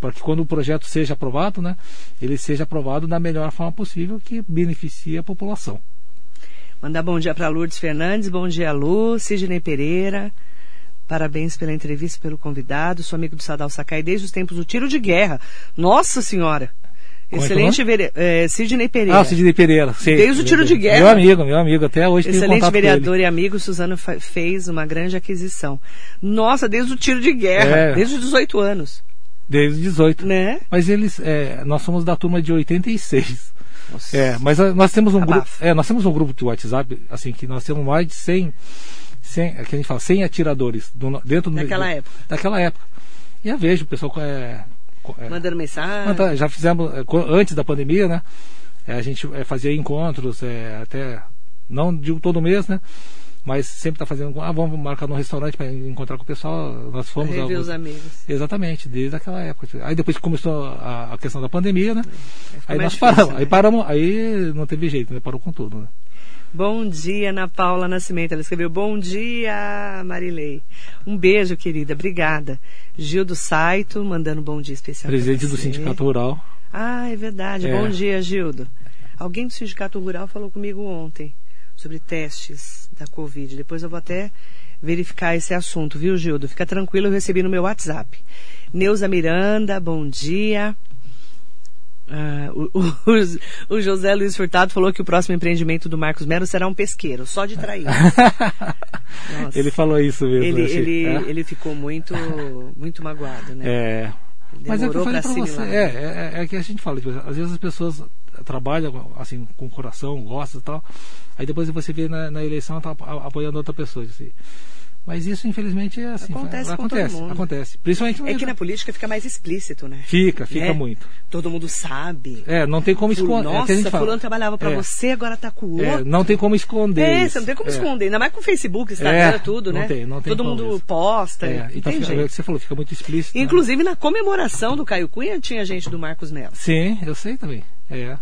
para que quando o projeto seja aprovado, né, ele seja aprovado da melhor forma possível que beneficie a população. Mandar bom dia para Lourdes Fernandes, bom dia Lu, Sidney Pereira. Parabéns pela entrevista, pelo convidado. Sou amigo do Sadal Sakai desde os tempos do tiro de guerra. Nossa Senhora! Como é que é o Excelente vere... eh, Sidney Pereira. Ah, o Sidney Pereira. sei. Desde o tiro de guerra. Meu amigo, meu amigo, até hoje tem Excelente um contato com ele. vereador e amigo, Suzano fa- fez uma grande aquisição. Nossa, desde o tiro de guerra, É. desde os 18 anos, Desde os 18. né? Mas eles, é, nós somos da turma de 86. Nossa. É, mas ah, nós temos um grupo, Abafa. é, nós temos um grupo de WhatsApp, assim, que nós temos mais de 100, 100 é que a gente fala, 100 atiradores do no- dentro do- Daquela do- época. Daquela época. E eu vejo o pessoal com, é, com- é, Mandando mensagem. Mas tá, já fizemos eh, co- antes da pandemia, né? Eh, A gente eh, fazia encontros eh, até não digo todo mês, né? Mas sempre tá fazendo, ah, vamos marcar num restaurante para encontrar com o pessoal. Nós fomos rever os alguns- amigos. Exatamente, desde aquela época. Aí depois que começou a, a questão da pandemia, né? Aí É, mais nós difícil, paramos, né? aí paramos, aí não teve jeito, né? Parou com tudo, né? Bom dia, Ana Paula Nascimento. Ela escreveu: Bom dia, Marilei. Um beijo, querida. Obrigada. Gil do Saito, mandando um bom dia especial. pra Presidente do você. Sindicato Rural. Ah, é verdade. É. Bom dia, Gildo. Alguém do Sindicato Rural falou comigo ontem sobre testes da Covid. Depois eu vou até verificar esse assunto, viu, Gildo? Fica tranquilo, eu recebi no meu WhatsApp. Neuza Miranda, bom dia. Ah, o, o- o José Luiz Furtado falou que o próximo empreendimento do Marcos Melo será um pesqueiro, só de trair. Nossa. Ele falou isso mesmo. Ele, eu achei. ele, né? É. ele ficou muito, muito magoado, né? É. Mas é o que Demorou eu falei pra pra você. assimilar. né? É, é, é que a gente fala, tipo, às vezes as pessoas trabalham assim, com o coração, gostam e tal. Aí depois você vê na, na eleição tá a- apoiando outra pessoa. Assim. Mas isso, infelizmente, é assim. Acontece com todo acontece, mundo. acontece. Principalmente É no meio que da- na política fica mais explícito, né? Fica, fica Né? muito. Todo mundo sabe. É, não tem como Ful- esconder. é que Nossa, a gente fala. fulano trabalhava pra É, você, agora tá com o é, outro. não tem como esconder. É, isso. você não tem como É, esconder, ainda mais com Facebook, Instagram, É, tudo, não né? tem, não tem Todo como mundo isso. posta, É, e então, tá tem fica, é o gente. que você falou, fica muito explícito. né? Inclusive na comemoração do Caio Cunha tinha gente do Marcos Melo. Sim, eu sei também. É.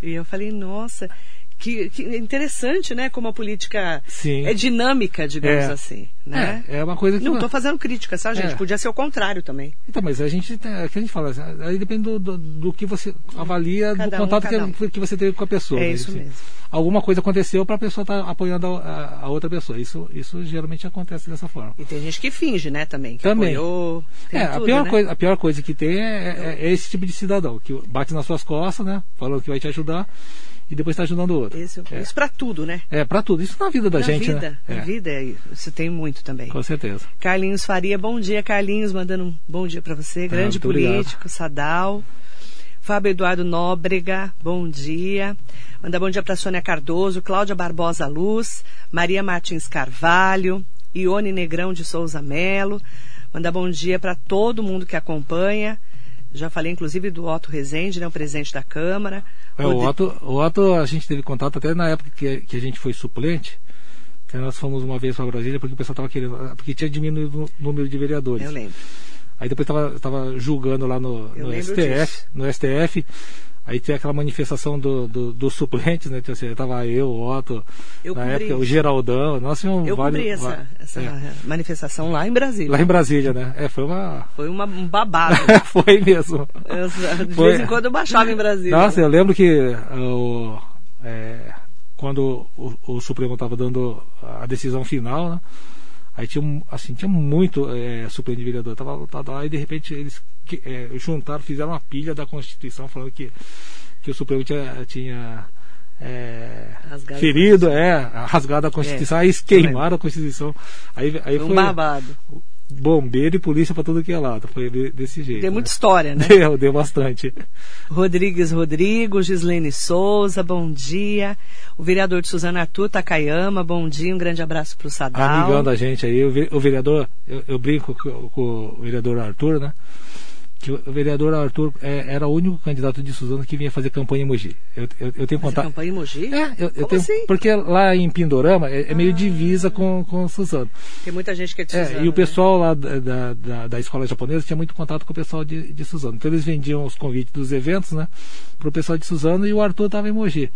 E eu falei, nossa, que, que interessante, né? Como a política Sim. é dinâmica, digamos É. assim, né? É, é uma coisa que Não tô fazendo críticas, sabe, gente? É. Podia ser o contrário também. Então, mas a gente tem, é que a gente fala, assim, aí depende do, do, do que você avalia Cada do um, contato cada que, que você teve com a pessoa. É né? isso Assim, mesmo. Alguma coisa aconteceu para a pessoa estar apoiando a, a- a outra pessoa. Isso, isso geralmente acontece dessa forma. E tem gente que finge, né, também. Que Também. apoiou, tem É, a tudo, pior, né? coisa, a pior coisa que tem é, é- é esse tipo de cidadão que bate nas suas costas, né? Falando que vai te ajudar e depois está ajudando o outro. Isso, é, isso pra tudo, né? é para tudo. Isso na vida da na gente, vida, né? na É, vida, é, isso tem muito também. com certeza. Carlinhos Faria, bom dia, Carlinhos, mandando um bom dia para você, grande Ah, muito obrigado. político, Sadal. Fábio Eduardo Nóbrega, bom dia. Manda bom dia para Sônia Cardoso, Cláudia Barbosa Luz, Maria Martins Carvalho, Ione Negrão de Souza Melo. Mandar bom dia para todo mundo que acompanha. Já falei, inclusive, do Otto Rezende, né, o presidente da Câmara. É, o, Otto, o Otto, a gente teve contato até na época que, que a gente foi suplente. que nós fomos uma vez para Brasília porque o pessoal estava querendo. Porque tinha diminuído o número de vereadores. Eu lembro. Aí depois estava julgando lá no, Eu no lembro STF. disso. No STF. Aí tem aquela manifestação do, do, dos suplentes, né? Então, assim, tava eu, o Otto, Eu na cobri época, isso. o Geraldão, nós tínhamos Eu vários. cobri essa, va- essa é, manifestação lá em Brasília. lá em Brasília, né? É, foi uma. Foi uma, um babado. foi mesmo. Eu- de Foi. vez em quando eu baixava em Brasília. né? Nossa, eu lembro que ah, o, é, quando o, o Supremo estava dando a decisão final, né, aí tinha, um- assim, tinha muito é, Supremo de vereador. Tava, tava lá e de repente eles que- é, juntaram, fizeram uma pilha da Constituição falando que, que o Supremo tinha. tinha, é, Rasgado. ferido, é, rasgado a Constituição, aí eles queimaram a Constituição. Aí, aí Foi um foi babado. bombeiro e polícia para tudo que é lado. Foi de- desse jeito. Tem né? muita história, né? Deu, deu bastante. Rodrigues Rodrigo, Gislene Souza, bom dia. O vereador de Suzana Arthur, Takayama, bom dia, um grande abraço para o Sadal. amigão da gente aí, o, ve- o vereador, eu, eu brinco co- com, o vereador Arthur, né? Que o o vereador Arthur é, era o único candidato de Suzano que vinha fazer campanha em Mogi. Eu, eu, eu tenho Mas a contato. campanha em Mogi? É, eu, eu Como tenho, assim? Ah. porque lá em Pindorama é, é meio divisa com, com Suzano. Tem muita gente que é de É, Suzano, e o né? pessoal lá da, da, da- da escola japonesa tinha muito contato com o pessoal de, de Suzano. Então eles vendiam os convites dos eventos, né? Pro pessoal de Suzano e o Arthur estava em Mogi.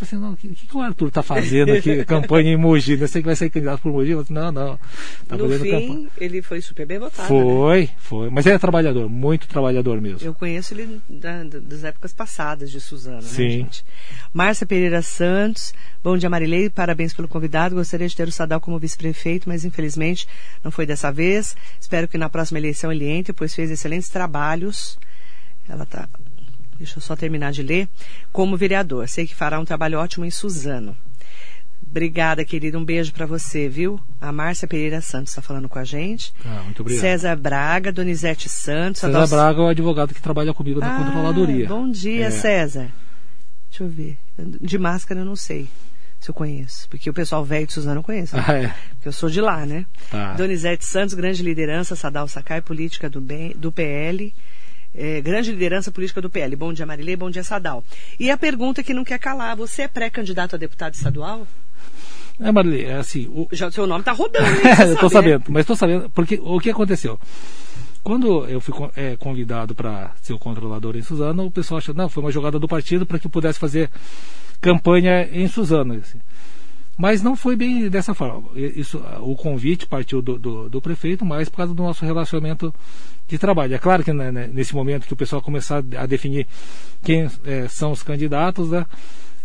Eu falei assim, não, o que, o que o Arthur tá fazendo aqui, campanha em Mogi? Não sei que vai ser candidato por Mogi? Eu falei, não, não. Tá né? No fazendo fim, campanha. ele foi super bem votado. né? Foi, foi. Mas é trabalhador, muito trabalhador mesmo. Eu conheço ele da- da- das épocas passadas de Suzano, né, Sim. gente? Márcia Pereira Santos, bom dia Marilei, parabéns pelo convidado. Gostaria de ter o Sadal como vice-prefeito, mas infelizmente não foi dessa vez. Espero que na próxima eleição ele entre, pois fez excelentes trabalhos. Ela tá. Deixa eu só terminar de ler. Como vereador, sei que fará um trabalho ótimo em Suzano. Obrigada, querida. Um beijo para você, viu? A Márcia Pereira Santos está falando com a gente. Ah, muito obrigado. César Braga, Donizete Santos. César Adalci- Braga é o advogado que trabalha comigo na controladoria. Ah, Bom dia, É. César. Deixa eu ver. De máscara eu não sei se eu conheço. Porque o pessoal velho de Suzano eu conheço. né? Ah, é. Porque eu sou de lá, né? Tá. Donizete Santos, grande liderança, Sadal Sakai, política do, bem, do PL. É, grande liderança política do PL. Bom dia, Marilê. Bom dia, Sadal. E a pergunta que não quer calar: você é pré-candidato a deputado estadual? É, Marilê, é assim, o, Já o seu nome tá rodando. Hein? Você É, eu tô sabe, né? sabendo, mas tô sabendo, porque o que aconteceu? Quando eu fui con- eh, convidado para ser o controlador em Suzano, o pessoal achou, não, foi uma jogada do partido para que eu pudesse fazer campanha em Suzano. assim. Mas não foi bem dessa forma. E- Isso, ah, o convite partiu do, do- do prefeito, mas por causa do nosso relacionamento de trabalho. É claro que né, né, nesse momento que o pessoal começar a definir quem eh, são os candidatos, né,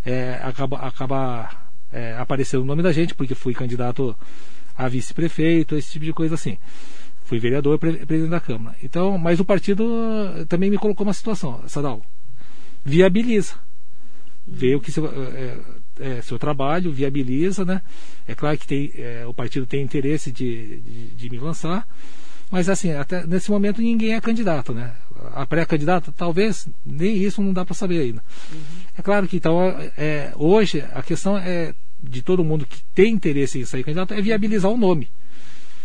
eh, acaba, acaba, eh, aparecendo o nome da gente, porque fui candidato a vice-prefeito, esse tipo de coisa assim. Fui vereador, pre- presidente da Câmara. Então, mas o partido ah, também me colocou uma situação, Sadal. Viabiliza vê o que seu, é, é, seu trabalho viabiliza, né? É claro que tem, é, o partido tem interesse de, de, de me lançar, mas assim, até nesse momento ninguém é candidato, né? A pré-candidata, talvez, nem isso não dá para saber ainda. É claro que então, é, hoje, a questão é de todo mundo que tem interesse em sair candidato é viabilizar o nome.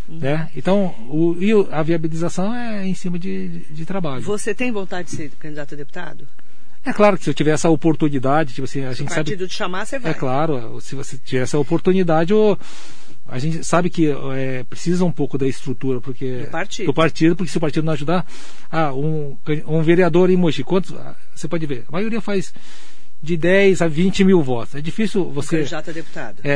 Né? Então, o, e o- a viabilização é em cima de, de, de trabalho. Você tem vontade de ser candidato a deputado? É claro que se eu tiver essa oportunidade, tipo assim, a Se o gente sabe. partido te chamar, você vai. É claro, se você tiver essa oportunidade, o- a gente sabe que é, precisa um pouco da estrutura, porque. Do partido. partido, porque se o partido não ajudar. Ah, um, can- um vereador em Mogi, quantos. ah, Você pode ver, a maioria faz de 10 a 20 mil votos. É difícil você. Candidato a deputado. É,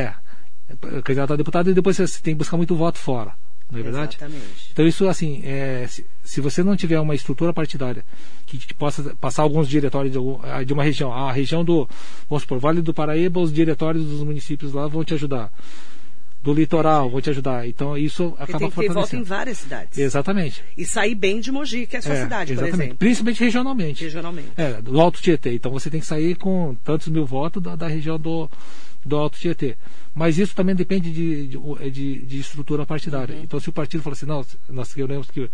é, candidato a deputado e depois você tem que buscar muito voto fora, não é verdade? Exatamente. Então isso assim, é, se, se você não tiver uma estrutura partidária que te possa passar alguns diretórios de, algum- ah, de uma região, a região do, vamos supor, Vale do Paraíba, os diretórios dos municípios lá vão te ajudar. Do litoral vão te ajudar. Então isso Porque acaba tem que ter voto em fortalecendo. várias cidades. Exatamente. E sair bem de Mogi, que é a sua É, cidade, por exatamente. exemplo. Principalmente regionalmente. Regionalmente. É, do Alto Tietê. Então você tem que sair com tantos mil votos da, da região do, do Alto Tietê. Mas isso também depende de, de, de, de estrutura partidária. Uhum. Então, se o partido fala assim, não, nós queremos que,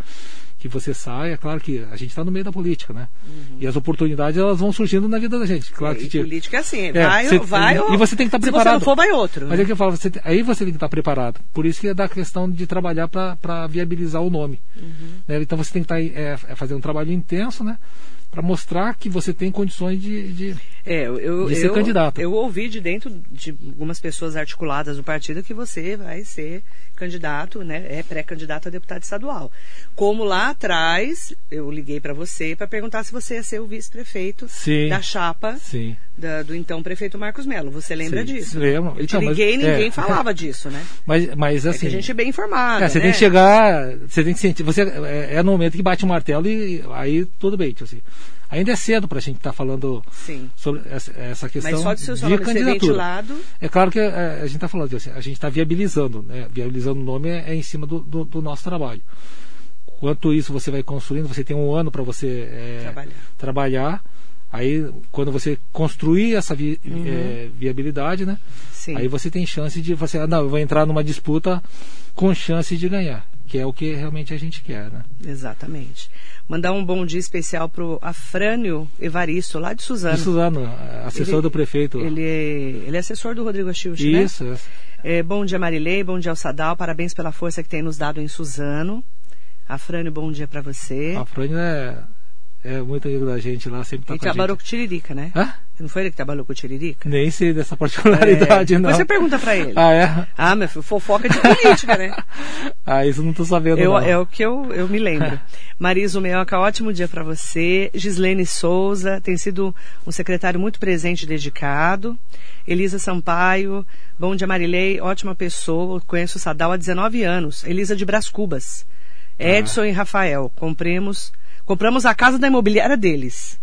que você saia, é claro que a gente está no meio da política, né? Uhum. E as oportunidades elas vão surgindo na vida da gente. Claro que e política é assim, vai, é, você, vai E você tem que estar tá preparado. Se você não for, vai outro. Mas né? é que eu falo, você, aí você tem que estar tá preparado. Por isso que é da questão de trabalhar para viabilizar o nome. Uhum. Né? Então, você tem que estar tá, é, fazer um trabalho intenso, né? para mostrar que você tem condições de, de, é, eu, de ser eu, candidato. Eu ouvi de dentro de algumas pessoas articuladas do partido que você vai ser candidato, né, é pré-candidato a deputado estadual. Como lá atrás, eu liguei para você para perguntar se você ia ser o vice-prefeito da chapa sim. Da, do então prefeito Marcos Melo. Você lembra sim, disso? Lembro. Eu então, te liguei e ninguém é, falava é, disso, né? Mas, mas assim... É a gente é bem informado, é, Você né? tem que chegar... Você tem que sentir... Você, é, no momento que bate o martelo e aí tudo bem, tipo assim ainda é cedo para a gente estar tá falando Sim. sobre essa, questão Mas só de, seu de candidatura. É claro que a, gente está falando assim, a gente está viabilizando, né? viabilizando o nome é, é em cima do, do, do, nosso trabalho. Quanto isso você vai construindo, você tem um ano para você é, trabalhar. trabalhar. Aí, quando você construir essa vi, uhum. é, viabilidade, né? Sim. Aí você tem chance de você, ah, não, eu vou entrar numa disputa com chance de ganhar, que é o que realmente a gente quer, né? Exatamente. Mandar um bom dia especial pro Afrânio Evaristo, lá de Suzano. De Suzano, assessor ele, do prefeito. Ele é, ele é assessor do Rodrigo Achilch, né? Isso. É, bom dia, Marilei, bom dia, Alçadal, parabéns pela força que tem nos dado em Suzano. Afrânio, bom dia para você. Afrânio é, é muito amigo da gente lá, sempre tá ele com a gente. trabalhou com o Tiririca, né? Hã? Não foi ele que trabalhou com o Tiririca? Nem sei dessa particularidade, é. não. Mas você pergunta pra ele. Ah, é? Ah, meu filho, fofoca de política, né? ah, isso não tô sabendo, eu, não. É o que eu, eu me lembro. Marisa Meoca, ótimo dia para você. Gislene Souza, tem sido um secretário muito presente e dedicado. Elisa Sampaio, bom dia Marilei, ótima pessoa, conheço o Sadal há 19 anos. Elisa de Brás Cubas. Tá. Edson ah. e Rafael, compremos... Compramos a casa da imobiliária deles.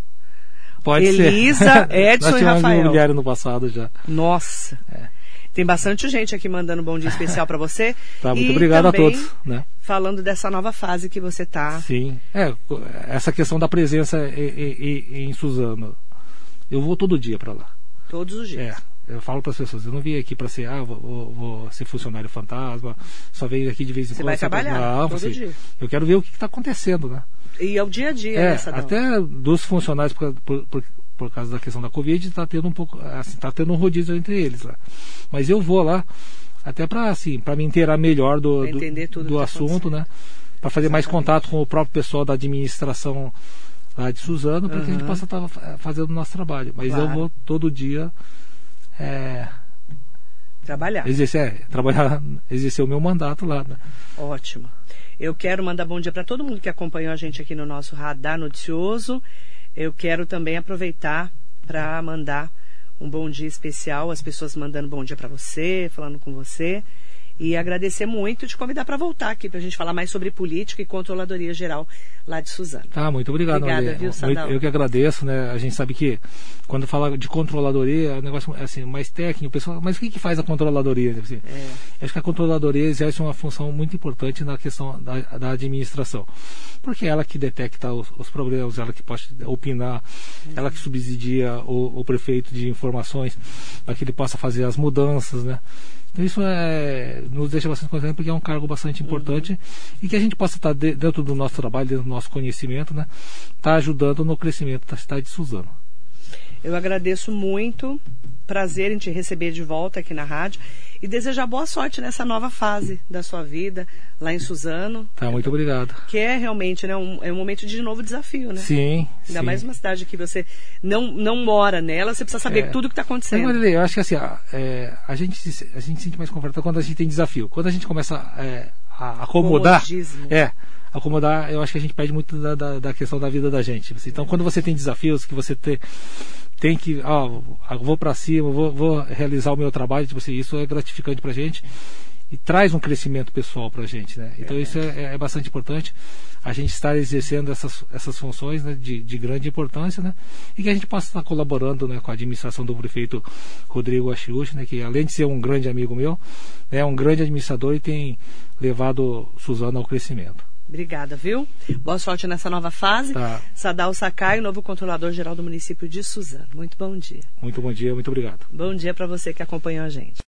Pode Elisa, ser. Edson Nós e Rafael. imobiliária no passado já. Nossa. É. Tem bastante gente aqui mandando um bom dia especial para você. tá, e muito obrigado também, a todos. Né? Falando dessa nova fase que você tá. Sim. É, essa questão da presença em, em, em Suzano. Eu vou todo dia para lá. Todos os dias. É. Eu falo para as pessoas, eu não vim aqui para ser, ah, vou, vou, vou, ser funcionário fantasma, só venho aqui de vez em você quando. Vai trabalhar, pra... não, todo assim, dia. Eu quero ver o que está acontecendo, né? E é o dia a dia, é, né, Até dos funcionários, por, por, por, causa da questão da Covid, está tendo um pouco, assim, tá tendo um rodízio entre eles lá. Mas eu vou lá, até para assim, para me inteirar melhor do, do, do tá assunto, né? Para fazer Exatamente. mais contato com o próprio pessoal da administração lá de Suzano, para uhum. que a gente possa estar tá fazendo o nosso trabalho. Mas Claro. eu vou todo dia. É, trabalhar. Exercer, é, trabalhar, exercer o meu mandato lá. Né? Ótimo. Eu quero mandar bom dia para todo mundo que acompanhou a gente aqui no nosso radar noticioso. Eu quero também aproveitar para mandar um bom dia especial, as pessoas mandando bom dia para você, falando com você. E agradecer muito e te convidar para voltar aqui para a gente falar mais sobre política e controladoria geral lá de Suzano. Tá, muito obrigado, Obrigada, Maria. viu, eu, Sadal? eu que agradeço, né? A gente sabe que quando fala de controladoria, é um negócio assim, mais técnico, o pessoal, mas o que, que faz a controladoria? Assim, É. Acho que a controladoria exerce uma função muito importante na questão da, da administração. Porque é ela que detecta os, os problemas, ela que pode opinar, ela que subsidia o, o prefeito de informações para que ele possa fazer as mudanças, né? Então isso é, nos deixa bastante contente porque é um cargo bastante importante e que a gente possa estar de- dentro do nosso trabalho, dentro do nosso conhecimento, né? Tá ajudando no crescimento da cidade de Suzano. Eu agradeço muito. Prazer em te receber de volta aqui na rádio e desejar boa sorte nessa nova fase da sua vida lá em Suzano, Tá, muito obrigado. que é realmente né, um, é um momento de novo desafio, né? Sim. Ainda sim. mais uma cidade que você não, não mora nela, você precisa saber É. tudo o que está Mas, acontecendo. Marilei, eu acho que assim, a, é, a gente, se- a gente se sente mais confortável quando a gente tem desafio. Quando a gente começa é, a acomodar. Comodismo. É. Acomodar, eu acho que a gente perde muito da, da, da questão da vida da gente. Assim. Então, quando você tem desafios que você te- tem que, ó, eu vou pra cima, eu vou, vou realizar o meu trabalho, tipo assim, isso é gratificante pra gente e traz um crescimento pessoal pra gente, né? Então, isso é, é bastante importante, a gente estar exercendo essas, essas funções né, de, de grande importância, né? E que a gente possa estar colaborando né, com a administração do prefeito Rodrigo Achiuchi, né? Que além de ser um grande amigo meu, né, é um grande administrador e tem levado Suzano ao crescimento. Obrigada, viu? Boa sorte nessa nova fase. Tá. Sadal Sakai, novo controlador-geral do município de Suzano. Muito bom dia. Muito bom dia, muito obrigado. Bom dia para você que acompanhou a gente.